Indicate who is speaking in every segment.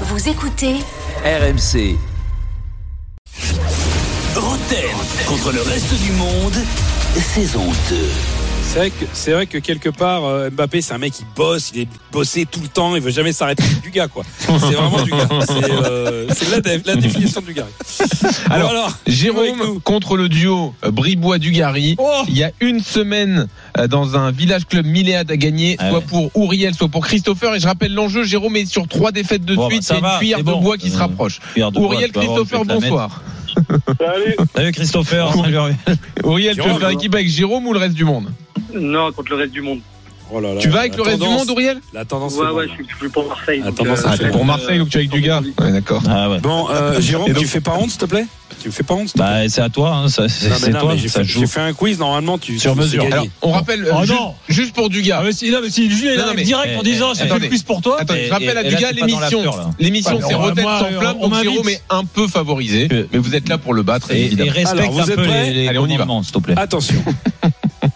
Speaker 1: Vous écoutez
Speaker 2: RMC.
Speaker 3: Roten contre le reste du monde, saison 2.
Speaker 4: C'est vrai, que, c'est vrai que quelque part, euh, Mbappé, c'est un mec qui bosse, il est bossé tout le temps, il veut jamais s'arrêter C'est du gars, quoi. C'est vraiment du gars. C'est, euh, c'est la, dé- la définition du gars. Bon,
Speaker 5: Alors,
Speaker 4: avec nous.
Speaker 5: Jérôme contre le duo euh, Bribois-Dugarry.
Speaker 4: Oh
Speaker 5: Il y a une semaine, euh, dans un village club Milléade à gagner,
Speaker 6: Ah
Speaker 5: soit pour Ouriel, soit pour Christopher. Et je rappelle l'enjeu, Jérôme est sur trois défaites de
Speaker 6: Bon, bah,
Speaker 5: suite.
Speaker 6: ça
Speaker 5: Il y a
Speaker 6: va,
Speaker 5: une cuillère
Speaker 6: c'est
Speaker 5: de
Speaker 6: bon.
Speaker 5: bois qui se
Speaker 6: Euh,
Speaker 5: rapproche.
Speaker 6: Pierre de
Speaker 5: Ouriel,
Speaker 6: Bois, tu vas
Speaker 5: Christopher,
Speaker 6: voir, je vais te la
Speaker 5: bonsoir.
Speaker 7: Salut.
Speaker 6: mettre. Salut Christopher.
Speaker 5: Auriel, tu vas
Speaker 4: Jérôme,
Speaker 5: faire équipe avec Jérôme Euh, ou le reste du monde
Speaker 7: Non, contre le reste du monde.
Speaker 4: Oh là là,
Speaker 5: Tu vas
Speaker 4: la
Speaker 5: avec le reste du
Speaker 4: tendance-
Speaker 5: monde, Auriel
Speaker 4: La tendance.
Speaker 7: ouais,
Speaker 4: est
Speaker 7: ouais,
Speaker 4: bonne.
Speaker 7: je suis plus pour Marseille.
Speaker 4: Ah,
Speaker 7: donc,
Speaker 4: tendance à
Speaker 7: euh,
Speaker 4: Ah, c'est
Speaker 5: Pour Marseille, donc tu es avec Dugas. Ouais, d'accord.
Speaker 6: Ah ouais.
Speaker 4: Bon, euh, Jérôme,
Speaker 5: Et donc-
Speaker 4: tu fais pas honte, s'il te plaît Tu me fais pas honte, s'il te plaît
Speaker 6: Bah c'est à toi, hein, ça- c'est
Speaker 4: Non, mais
Speaker 6: c'est
Speaker 4: non,
Speaker 6: toi,
Speaker 4: mais j'ai
Speaker 6: ça
Speaker 4: fait,
Speaker 6: joue.
Speaker 4: j'ai fait un quiz, normalement, tu
Speaker 6: Sur
Speaker 4: tu-
Speaker 6: mesure.
Speaker 4: c'est gagné.
Speaker 5: Alors, on rappelle, euh,
Speaker 6: Oh,
Speaker 5: juste,
Speaker 6: non.
Speaker 5: juste pour Dugas.
Speaker 6: Ah, mais si, non, mais si Julien il
Speaker 5: Non,
Speaker 6: arrive
Speaker 5: mais-
Speaker 6: direct en
Speaker 5: eh,
Speaker 6: disant j'ai fait
Speaker 5: attendez.
Speaker 6: le quiz pour toi.
Speaker 5: Attends,
Speaker 6: Et-
Speaker 5: je rappelle
Speaker 6: et-
Speaker 5: à
Speaker 6: et là,
Speaker 5: Dugas
Speaker 6: t'es pas dans
Speaker 5: l'émission.
Speaker 6: l'after, là.
Speaker 5: L'émission,
Speaker 6: Ouais,
Speaker 5: c'est
Speaker 6: on-
Speaker 5: Rotten
Speaker 6: moi,
Speaker 5: sans
Speaker 6: euh,
Speaker 5: flamme,
Speaker 6: on
Speaker 5: donc
Speaker 6: m'invite.
Speaker 5: Jérôme est un peu favorisé.
Speaker 6: Que-
Speaker 5: Mais vous êtes là pour le battre,
Speaker 6: Et, et
Speaker 5: évidemment.
Speaker 6: respecte
Speaker 4: Alors, vous
Speaker 6: un
Speaker 4: êtes
Speaker 6: peu
Speaker 4: prêts
Speaker 6: les, les
Speaker 5: Allez, on y va.
Speaker 6: commandements, s'il te
Speaker 8: Ah,
Speaker 6: plaît.
Speaker 4: Attention.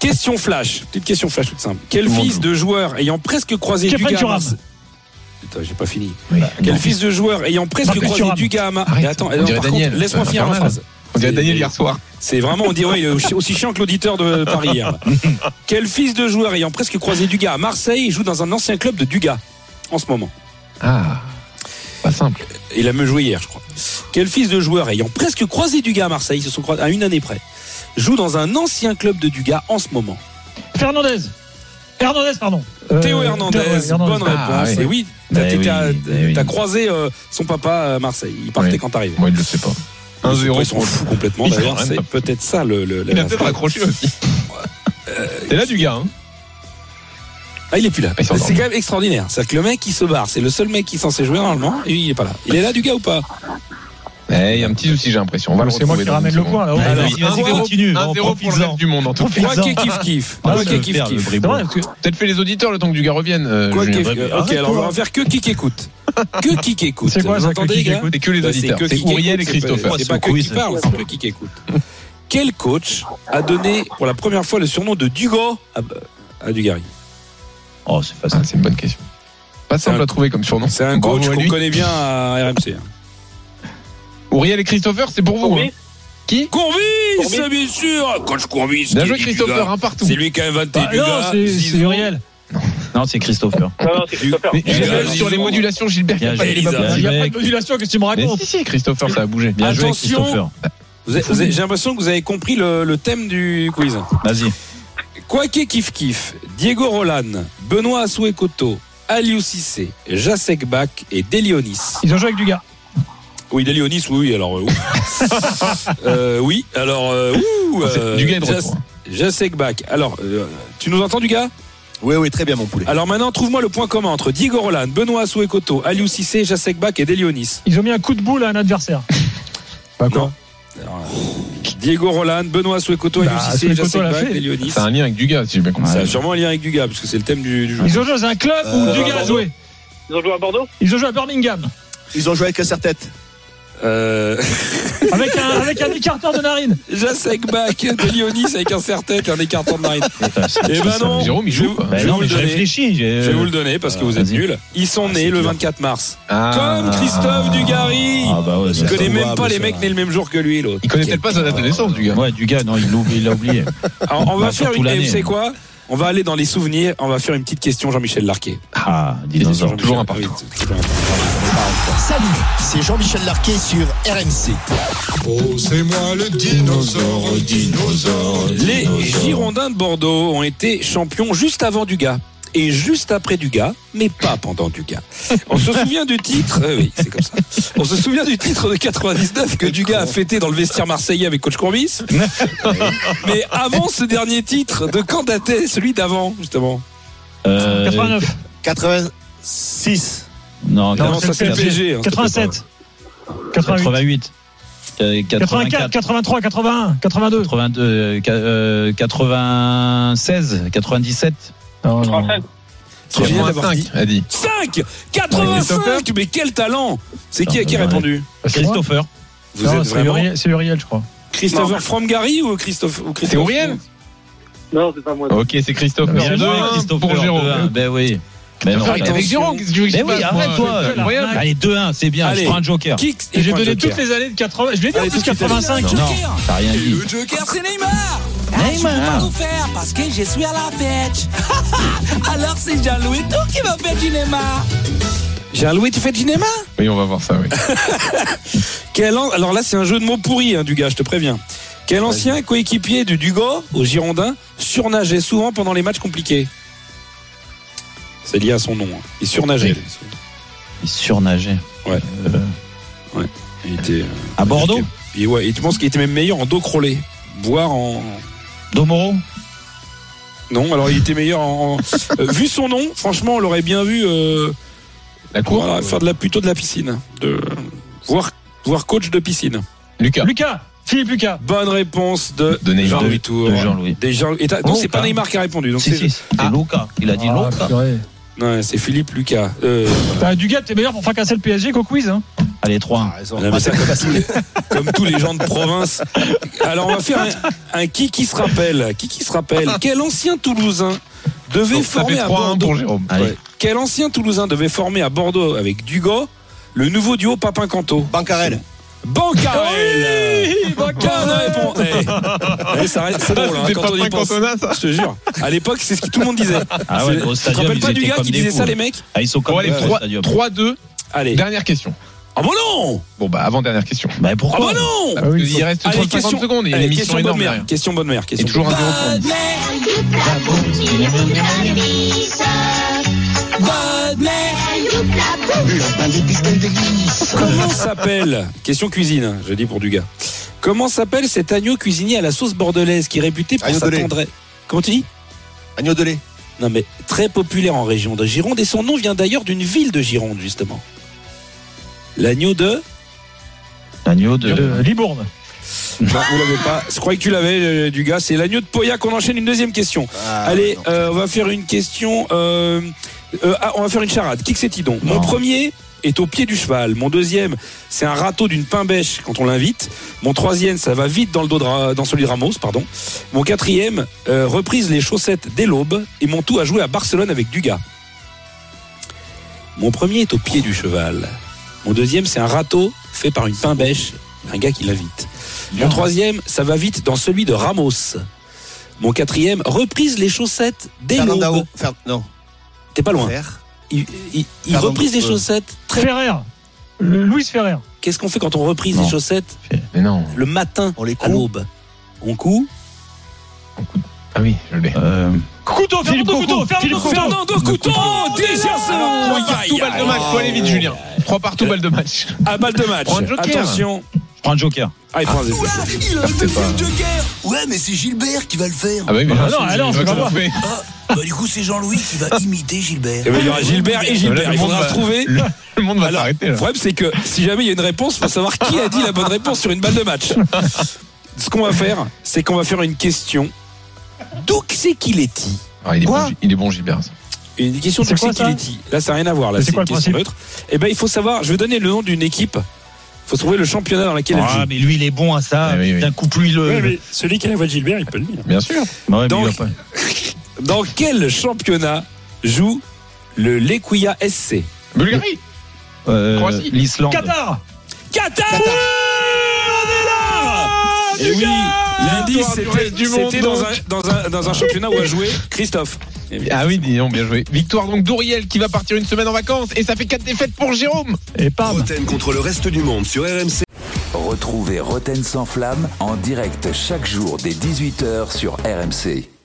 Speaker 4: Question flash. Petite question flash toute simple. Quel
Speaker 6: Tout le monde
Speaker 4: fils
Speaker 6: joue.
Speaker 4: de joueur ayant presque croisé
Speaker 6: Kefren
Speaker 4: Dugas à
Speaker 6: Thuram.
Speaker 4: Marseille- Putain, j'ai pas fini.
Speaker 6: Bah,
Speaker 4: Quel
Speaker 6: non.
Speaker 4: fils de joueur ayant presque
Speaker 6: Marcus
Speaker 4: croisé
Speaker 6: Thuram.
Speaker 4: Dugas à Marseille.
Speaker 5: Arrête,
Speaker 4: Mais attends,
Speaker 5: on
Speaker 4: alors,
Speaker 5: dirait
Speaker 4: par
Speaker 5: Daniel.
Speaker 4: contre, laisse-moi
Speaker 5: Ça
Speaker 4: finir
Speaker 5: va
Speaker 4: ma
Speaker 5: mal.
Speaker 4: phrase.
Speaker 5: On dirait
Speaker 4: C'est-
Speaker 5: Daniel hier soir.
Speaker 4: C'est vraiment, on dirait, ouais, il est aussi- aussi chiant que l'auditeur de Paris hier. là. Quel fils de joueur ayant presque croisé Dugas à Marseille joue dans un ancien club de Dugas en ce moment
Speaker 5: Ah, pas simple.
Speaker 4: Il a mieux joué hier, je crois. Quel fils de joueur ayant presque croisé Dugas à Marseille, ils se sont croisés à une année près, joue dans un ancien club de Dugas en ce moment
Speaker 8: Fernandez. Hernandez, pardon.
Speaker 4: Théo
Speaker 8: Euh,
Speaker 4: Hernandez,
Speaker 8: Théo Hernandez.
Speaker 4: bonne réponse.
Speaker 5: Ah, ouais.
Speaker 4: Et oui, t'as
Speaker 6: Eh
Speaker 4: t'as-
Speaker 6: oui,
Speaker 4: t'as-
Speaker 6: eh oui.
Speaker 4: t'as croisé euh, son papa à Marseille. Il partait
Speaker 5: Oui.
Speaker 4: quand t'arrivais.
Speaker 5: Moi, il le sait pas.
Speaker 4: Ils s'en
Speaker 5: 1-0.
Speaker 4: fout complètement.
Speaker 5: Ils
Speaker 4: D'ailleurs,
Speaker 5: sont
Speaker 4: c'est
Speaker 5: même
Speaker 4: peut-être ça le. le-
Speaker 5: Il
Speaker 4: la-
Speaker 5: a peut-être raccroché aussi.
Speaker 4: Euh,
Speaker 5: T'es là, Dugas. Hein
Speaker 4: Ah, il est plus là.
Speaker 5: Ils sont
Speaker 4: C'est quand même extraordinaire. C'est-à-dire que le mec qui se barre, c'est le seul mec qui est censé jouer normalement. Et il est pas là. Il est là, du gars ou pas
Speaker 5: Eh, Il y a un petit souci, j'ai l'impression. On va le
Speaker 8: C'est moi
Speaker 5: retrouver
Speaker 8: qui
Speaker 5: dans
Speaker 8: ramène
Speaker 5: une
Speaker 8: le point. Là, ouais.
Speaker 6: Allez,
Speaker 4: Alors,
Speaker 6: vas-y, vas-y,
Speaker 5: un zéro-
Speaker 6: continue.
Speaker 5: seconde. 1-0 pour le reste du monde, en tout cas.
Speaker 4: Quoi
Speaker 6: Pizza.
Speaker 4: qu'il kiff kiff.
Speaker 6: Ah,
Speaker 4: Quoi
Speaker 6: ça veut
Speaker 4: qu'il kiff
Speaker 6: faire, le
Speaker 4: kiff.
Speaker 6: bribon.
Speaker 8: C'est vrai, parce que
Speaker 5: Peut-être fait les auditeurs le temps que Dugas revienne. euh,
Speaker 4: Quoi
Speaker 5: Julien.
Speaker 4: qu'il kiff.
Speaker 8: Ah,
Speaker 4: Ok, alors on va faire que kick écoute. Que kick écoute.
Speaker 8: C'est quoi,
Speaker 4: Vous
Speaker 8: ça, que
Speaker 4: entendez,
Speaker 8: kick
Speaker 4: les gars
Speaker 5: C'est que les
Speaker 4: Bah,
Speaker 5: auditeurs.
Speaker 4: que
Speaker 5: C'est
Speaker 4: qui écoute,
Speaker 5: Auriel et
Speaker 4: pas-
Speaker 5: Christopher.
Speaker 4: C'est pas
Speaker 6: C'est
Speaker 4: que
Speaker 6: quiz.
Speaker 4: qui parle, c'est que qui qui écoute. Quel coach a donné pour la première fois le surnom de Dugo à, à Dugarry
Speaker 6: Oh c'est
Speaker 5: Ah,
Speaker 6: facile.
Speaker 5: C'est une bonne question. Pas simple à trouver comme surnom.
Speaker 4: C'est un
Speaker 5: Bravo
Speaker 4: coach
Speaker 5: à
Speaker 4: qu'on
Speaker 5: lui.
Speaker 4: connaît bien à RMC. hein.
Speaker 5: Auriel et Christopher, c'est pour vous. hein.
Speaker 7: Courbis
Speaker 5: Qui
Speaker 4: Courbis,
Speaker 7: Courbis.
Speaker 4: bien sûr Coach Courbis.
Speaker 5: Bien
Speaker 4: qui
Speaker 5: joué,
Speaker 4: est du
Speaker 5: Christopher,
Speaker 4: gars.
Speaker 5: un partout.
Speaker 4: C'est lui qui a inventé
Speaker 8: Ah,
Speaker 4: Dugas.
Speaker 8: non, c'est- c'est
Speaker 4: Zizou.
Speaker 8: Uriel.
Speaker 6: Non c'est Christopher.
Speaker 7: Non, non, c'est Christopher.
Speaker 5: Mais
Speaker 4: Dugas,
Speaker 5: j'appelle
Speaker 4: Zizou.
Speaker 5: sur les modulations, Gilbert. il y a
Speaker 6: Bien
Speaker 5: pas de
Speaker 6: joué,
Speaker 5: débat.
Speaker 6: Lisa.
Speaker 8: Il n'y a
Speaker 6: Mec.
Speaker 8: pas de modulation, qu'est-ce que tu me
Speaker 5: Mais
Speaker 8: racontes
Speaker 5: si, si, Christopher, ça a bougé.
Speaker 6: Bien joué
Speaker 4: Attention.
Speaker 6: Christopher.
Speaker 4: Vous avez- vous avez- J'ai l'impression que vous avez compris le, le thème du quiz.
Speaker 6: Vas-y.
Speaker 4: Kwaké Kif Kif, Diego Rolan, Benoît Assouekoto, Aliou Cissé, Jacek Bach et Delionis.
Speaker 8: Ils ont joué avec du gars.
Speaker 4: Oui, Delionis, oui, oui, alors. euh, ouf. Euh, oui, alors. euh, ouh,
Speaker 8: Ah,
Speaker 4: euh,
Speaker 5: Du gain de
Speaker 4: Jas-
Speaker 5: retour.
Speaker 4: Jacek Bach. Alors, euh, tu nous entends, du gars
Speaker 3: Oui, oui, très bien, mon poulet.
Speaker 4: Alors maintenant, trouve-moi le point commun entre Diego Roland, Benoît Assouekoto, Aliou Cissé, Jacek Bach et Delionis.
Speaker 8: Ils ont mis un coup de boule à un adversaire.
Speaker 5: Bah
Speaker 4: quoi Alors, euh, Diego Roland, Benoît Assouekoto, Aliou
Speaker 8: Bah,
Speaker 4: Cissé,
Speaker 8: Assouekoto
Speaker 4: Jacek
Speaker 8: l'a
Speaker 4: Bach,
Speaker 8: fait.
Speaker 4: Delionis.
Speaker 5: C'est un lien avec Dugas, si j'ai bien compris.
Speaker 4: Ça a sûrement un lien avec Dugas, parce que c'est le thème du, du jeu.
Speaker 8: Ils ont joué dans un club
Speaker 3: Euh,
Speaker 8: où du gars a
Speaker 3: Bordeaux.
Speaker 8: joué.
Speaker 7: Ils ont joué à Bordeaux
Speaker 8: Ils ont joué à Birmingham.
Speaker 3: Ils ont joué avec sa tête.
Speaker 4: Euh,
Speaker 8: Avec un, avec un écarteur de narine.
Speaker 4: Jacek Bach, Delionis avec un serre-tête et un écartant de marine.
Speaker 6: Putain, c'est-
Speaker 4: Eh ben
Speaker 6: c'est-
Speaker 4: non,
Speaker 5: Jérôme, il
Speaker 4: je,
Speaker 5: joue,
Speaker 4: vous-
Speaker 5: quoi.
Speaker 4: je
Speaker 6: Ben
Speaker 4: vais
Speaker 6: non
Speaker 4: vous
Speaker 6: mais
Speaker 4: le
Speaker 6: je
Speaker 4: donner.
Speaker 6: réfléchis.
Speaker 4: Je
Speaker 6: j'ai- euh,
Speaker 4: vais vous le donner parce que vous
Speaker 6: Vas-y.
Speaker 4: êtes nuls. Ils sont
Speaker 6: Ah,
Speaker 4: nés
Speaker 6: c'est
Speaker 4: le
Speaker 6: dur.
Speaker 4: 24 mars.
Speaker 5: Ah.
Speaker 4: Comme Christophe Dugarry.
Speaker 6: Ah bah ouais.
Speaker 4: Je
Speaker 6: c'est-
Speaker 4: connais
Speaker 3: ça
Speaker 4: même
Speaker 3: voit,
Speaker 4: pas
Speaker 3: mais
Speaker 4: les
Speaker 3: ça
Speaker 4: mecs
Speaker 3: va.
Speaker 4: nés le même jour que lui, l'autre.
Speaker 5: Il connaît peut-être pas sa date de naissance, Dugas.
Speaker 6: Ouais Dugas non il l'oublie- il l'a oublié.
Speaker 4: Alors, on va
Speaker 6: Bah,
Speaker 4: faire
Speaker 6: surtout
Speaker 4: une. et
Speaker 6: l'année.
Speaker 4: Vous savez quoi On va aller dans les souvenirs. On va faire une petite question, Jean-Michel Larquet.
Speaker 6: Ah dinosaure.
Speaker 4: Jean-Michel-
Speaker 5: toujours un partout.
Speaker 4: oui, c'est- toujours un partout.
Speaker 9: Salut, c'est Jean-Michel Larquet sur RMC.
Speaker 4: Les Girondins de Bordeaux ont été champions juste avant Dugas. Et juste après Dugas, mais pas pendant Dugas. On se souvient du titre, euh, oui, c'est comme ça. On se souvient du titre de 99 que Dugas a fêté dans le vestiaire marseillais avec Coach Courbis. Mais avant ce dernier titre, de quand datait celui d'avant, justement
Speaker 6: Euh,
Speaker 8: 89.
Speaker 3: 86.
Speaker 6: Non,
Speaker 4: Non, ça c'est le
Speaker 8: c'est-
Speaker 4: PSG. hein,
Speaker 8: 87. 88.
Speaker 6: 88. euh, 84.
Speaker 8: 84, 83, 81, 82.
Speaker 6: 82, euh, 96, 97.
Speaker 8: Non, non.
Speaker 7: 87.
Speaker 4: C'est génial d'avoir
Speaker 5: 85, a dit.
Speaker 4: 5 85 Mais quel talent C'est qui à qui a répondu
Speaker 8: Ah, C'est moi
Speaker 6: Christopher.
Speaker 4: Vous
Speaker 8: Non,
Speaker 4: êtes
Speaker 8: c'est
Speaker 4: vraiment
Speaker 8: Uriel- C'est Uriel, je crois.
Speaker 4: Christopher Fromgary ou Christophe ou
Speaker 5: C'est
Speaker 4: Christophe-
Speaker 5: Auriel
Speaker 7: Non, c'est pas moi.
Speaker 5: Ok, c'est Christopher.
Speaker 8: Ah,
Speaker 6: Bien joué,
Speaker 5: 2-1
Speaker 6: Christopher.
Speaker 5: pour Jérôme.
Speaker 6: 2-1, Ben oui.
Speaker 4: Ah,
Speaker 6: Mais
Speaker 5: Enfin,
Speaker 6: attends.
Speaker 5: t'es avec Jérôme, qu'est-ce que tu veux que
Speaker 6: Mais
Speaker 5: je fasse,
Speaker 6: oui, arrête,
Speaker 5: moi
Speaker 6: toi.
Speaker 5: C'est incroyable.
Speaker 6: Allez, 2-1, c'est bien.
Speaker 4: Allez.
Speaker 6: Je prends un joker.
Speaker 4: Kicks et
Speaker 8: Et j'ai
Speaker 4: point
Speaker 8: donné
Speaker 4: Joker.
Speaker 8: toutes les années de 80. Je l'ai dit en
Speaker 4: Allez,
Speaker 8: plus
Speaker 4: tout de suite,
Speaker 8: 85.
Speaker 6: Non, t'as rien
Speaker 1: Et
Speaker 6: dit.
Speaker 1: le Joker, c'est Neymar. Ah, je peux pas
Speaker 6: Neymar.
Speaker 1: vous faire parce que je suis à la fête. Alors c'est Jean-Louis tout qui va faire du Neymar.
Speaker 4: Jean-Louis, tu fais du cinéma
Speaker 5: Oui, on va voir ça, oui.
Speaker 4: Quel an- Alors là, c'est un jeu de mots pourri, hein, du gars, je te préviens. Quel ancien coéquipier du Dugo au Girondin surnageait souvent pendant les matchs compliqués C'est lié à son nom. hein. Il surnageait.
Speaker 6: Il surnageait.
Speaker 4: Ouais.
Speaker 6: Euh,
Speaker 4: Il était, euh,
Speaker 6: à Bordeaux
Speaker 4: il- ouais, et tu penses qu'il était même meilleur en dos crawlé, voire en.
Speaker 6: Domoro
Speaker 4: Non, alors il était meilleur en. euh, vu son nom, franchement, on l'aurait bien vu euh,
Speaker 5: La cour
Speaker 4: voilà, faire de la plutôt de la piscine, de voire voire coach de piscine.
Speaker 5: Lucas.
Speaker 8: Lucas, Philippe Lucas.
Speaker 4: Bonne réponse de,
Speaker 5: De Neymar.
Speaker 4: Jean-Louis Tour.
Speaker 6: de Jean-Louis.
Speaker 4: Des Jean- et t'as- non, c'est pas
Speaker 6: Luca.
Speaker 4: Neymar qui a répondu. Donc
Speaker 6: Si,
Speaker 4: c'est-
Speaker 6: si, c'était
Speaker 5: Ah.
Speaker 6: Luca. Il a dit
Speaker 8: Ah,
Speaker 6: Luca.
Speaker 8: purée.
Speaker 4: Ouais, c'est Philippe Lucas. Euh,
Speaker 8: Bah, Dugat, t'es meilleur pour fracasser le PSG qu'au quiz. Hein.
Speaker 6: Allez, 3
Speaker 3: Ah,
Speaker 4: non, mais ça, comme, tous les, comme tous les gens de province. Alors on va faire un, un qui qui se rappelle. Qui qui se rappelle Quel ancien Toulousain devait
Speaker 5: Donc, ça
Speaker 4: former
Speaker 5: fait
Speaker 4: à
Speaker 5: 3-1
Speaker 4: Bordeaux
Speaker 5: pour Jérôme.
Speaker 6: Allez.
Speaker 4: Ouais. Quel ancien Toulousain devait former à Bordeaux avec Dugo le nouveau duo Papin Canto
Speaker 9: Bancarel.
Speaker 8: Ah
Speaker 6: Ah
Speaker 4: Bancarel Bonne réponse. Eh. Eh, ça reste- C'est drôle hein,
Speaker 5: C'était
Speaker 4: quand on y
Speaker 5: pas
Speaker 4: pense.
Speaker 5: Cantona, ça
Speaker 4: Je te jure. À l'époque, c'est ce que tout le monde disait.
Speaker 6: Ah ouais,
Speaker 4: C'est-
Speaker 6: au
Speaker 4: tu te
Speaker 6: stadium,
Speaker 4: rappelles
Speaker 6: ils
Speaker 4: pas du
Speaker 6: étaient
Speaker 4: gars
Speaker 6: comme
Speaker 4: qui
Speaker 6: des
Speaker 4: disait
Speaker 6: fous.
Speaker 4: ça, les mecs
Speaker 6: Ah, ils sont comme
Speaker 5: Bon, Oh, allez,
Speaker 6: ouais, au
Speaker 5: 3,
Speaker 6: stadium.
Speaker 5: 3-2.
Speaker 4: Allez.
Speaker 5: Dernière question.
Speaker 4: Ah bon non
Speaker 5: Bon, bah, avant-dernière question.
Speaker 6: Bah,
Speaker 4: Ah
Speaker 6: pourquoi
Speaker 4: bon non
Speaker 5: Parce
Speaker 8: oui,
Speaker 5: qu'il
Speaker 8: faut-
Speaker 5: reste
Speaker 4: Allez,
Speaker 5: 30
Speaker 4: question-
Speaker 5: secondes et il y a une
Speaker 4: Allez,
Speaker 5: émission
Speaker 4: question bonne
Speaker 5: énorme
Speaker 4: mère.
Speaker 5: derrière.
Speaker 4: Question bonne mère.
Speaker 5: Et
Speaker 4: Question
Speaker 5: toujours un 0 pour nous.
Speaker 4: Comment s'appelle Question cuisine, hein, je dis pour du gars. Comment s'appelle cet agneau cuisinier à la sauce bordelaise qui est réputé pour
Speaker 9: Agneau
Speaker 4: sa
Speaker 9: de lait.
Speaker 4: tendresse Comment tu dis
Speaker 9: Agneau de lait.
Speaker 4: Non mais très populaire en région de Gironde et son nom vient d'ailleurs d'une ville de Gironde justement. L'agneau de
Speaker 6: L'agneau de.
Speaker 8: Euh, Libourne.
Speaker 4: Non, vous l'avez pas. Je croyais que tu l'avais euh, du gars, c'est l'agneau de Pauillac. On enchaîne une deuxième question.
Speaker 9: Ah,
Speaker 4: Allez,
Speaker 9: non.
Speaker 4: euh, on va faire une question. euh, euh, ah, on va faire une charade. Qui que c'est donc Mon
Speaker 6: Non.
Speaker 4: premier est au pied du cheval. Mon deuxième, c'est un râteau d'une pain-bêche quand on l'invite. Mon troisième, ça va vite dans le dos de, Ra- dans celui de Ramos, pardon. Mon quatrième, euh, reprise les chaussettes dès l'aube. Et mon tout a joué à Barcelone avec Dugas. Mon premier est au pied du cheval. Mon deuxième, c'est un râteau fait par une pain-bêche, un gars qui l'invite. Mon troisième, ça va vite dans celui de Ramos. Mon quatrième, reprise les chaussettes dès l'aube.
Speaker 9: Fernandao. Fer- Non.
Speaker 4: T'es pas loin.
Speaker 9: Fer.
Speaker 4: Il, il- il
Speaker 9: Fernando.
Speaker 4: reprise les
Speaker 9: Euh.
Speaker 4: chaussettes. Très...
Speaker 8: Ferrer. Le- Luis Ferrer.
Speaker 4: Qu'est-ce qu'on fait quand on reprise
Speaker 6: Non.
Speaker 4: les chaussettes
Speaker 5: Mais non.
Speaker 4: le matin
Speaker 9: On les
Speaker 4: à
Speaker 9: coupe.
Speaker 4: l'aube On coud
Speaker 5: Ah oui, je l'ai.
Speaker 6: Euh,
Speaker 8: Couteau, Philippe Couteau. Philippe Couteau.
Speaker 4: Fernando Couton Déjà
Speaker 5: Trois partout, balle de match. Faut aller vite, Julien. Trois partout, balle de match.
Speaker 4: À balle de match.
Speaker 5: Prends un joker.
Speaker 4: Attention.
Speaker 6: je prends un joker.
Speaker 4: Ah, il prend un zéro.
Speaker 1: Oula, il a
Speaker 5: Partez
Speaker 1: le
Speaker 5: pas.
Speaker 1: Joker.
Speaker 9: Ouais, mais c'est Gilbert qui va le faire.
Speaker 5: Ah bah oui, mais
Speaker 8: Ah
Speaker 5: là,
Speaker 8: non,
Speaker 5: c'est-
Speaker 8: ah non,
Speaker 5: je
Speaker 8: c'est
Speaker 5: vois
Speaker 8: pas
Speaker 5: comment on fait.
Speaker 1: Bah, du coup, c'est Jean-Louis qui va imiter Gilbert.
Speaker 4: Eh ben, il y aura Gilbert et Gilbert.
Speaker 5: le
Speaker 4: Il
Speaker 5: monde
Speaker 4: faudra
Speaker 5: va-
Speaker 4: se trouver.
Speaker 5: Le monde va
Speaker 4: Alors,
Speaker 5: s'arrêter
Speaker 4: Le
Speaker 5: là.
Speaker 4: problème, c'est que si jamais il y a une réponse, il faut savoir qui a dit la bonne réponse sur une balle de match. Ce qu'on va faire, c'est qu'on va faire une question. D'où que c'est qu'il est dit
Speaker 5: Ah, il, est
Speaker 9: Quoi
Speaker 5: bon, Gi- il est bon, Gilbert. ça.
Speaker 4: Une question de
Speaker 8: C'est
Speaker 4: d'où c'est
Speaker 8: quoi,
Speaker 4: qu'il
Speaker 8: ça
Speaker 4: est dit. Là, ça n'a rien à voir. Là,
Speaker 8: C'est
Speaker 4: c'est
Speaker 8: quoi
Speaker 4: une
Speaker 8: le
Speaker 4: question
Speaker 8: principe
Speaker 4: neutre. Eh ben, il faut savoir. Je vais donner le nom d'une équipe. Il faut trouver le championnat dans lequel elle
Speaker 6: Ah,
Speaker 4: joue.
Speaker 6: mais lui, il est bon à ça.
Speaker 5: Ah oui, oui.
Speaker 6: D'un coupe-lui le.
Speaker 4: celui qui a la voix de Gilbert, il peut le dire.
Speaker 5: Bien sûr.
Speaker 6: Bah Ouais, mais il
Speaker 4: Donc-
Speaker 6: va pas-
Speaker 4: Dans quel championnat joue le Lekuya SC
Speaker 5: Bulgarie.
Speaker 6: Euh,
Speaker 5: Croatie.
Speaker 6: L'Islande.
Speaker 8: Qatar.
Speaker 4: Qatar On est là Eh oui, lundi,
Speaker 5: Victoire du
Speaker 4: c'était
Speaker 5: reste du monde,
Speaker 4: c'était dans
Speaker 5: donc.
Speaker 4: un, dans, un, dans un championnat où a joué Christophe.
Speaker 5: Ah oui, dis donc, bien joué. Victoire donc d'Auriel qui va partir une semaine en vacances et ça fait 4 défaites pour Jérôme.
Speaker 8: Et Parme.
Speaker 1: Roten contre le reste du monde sur RMC.
Speaker 2: Retrouvez Roten sans flamme en direct chaque jour dès 18h sur RMC.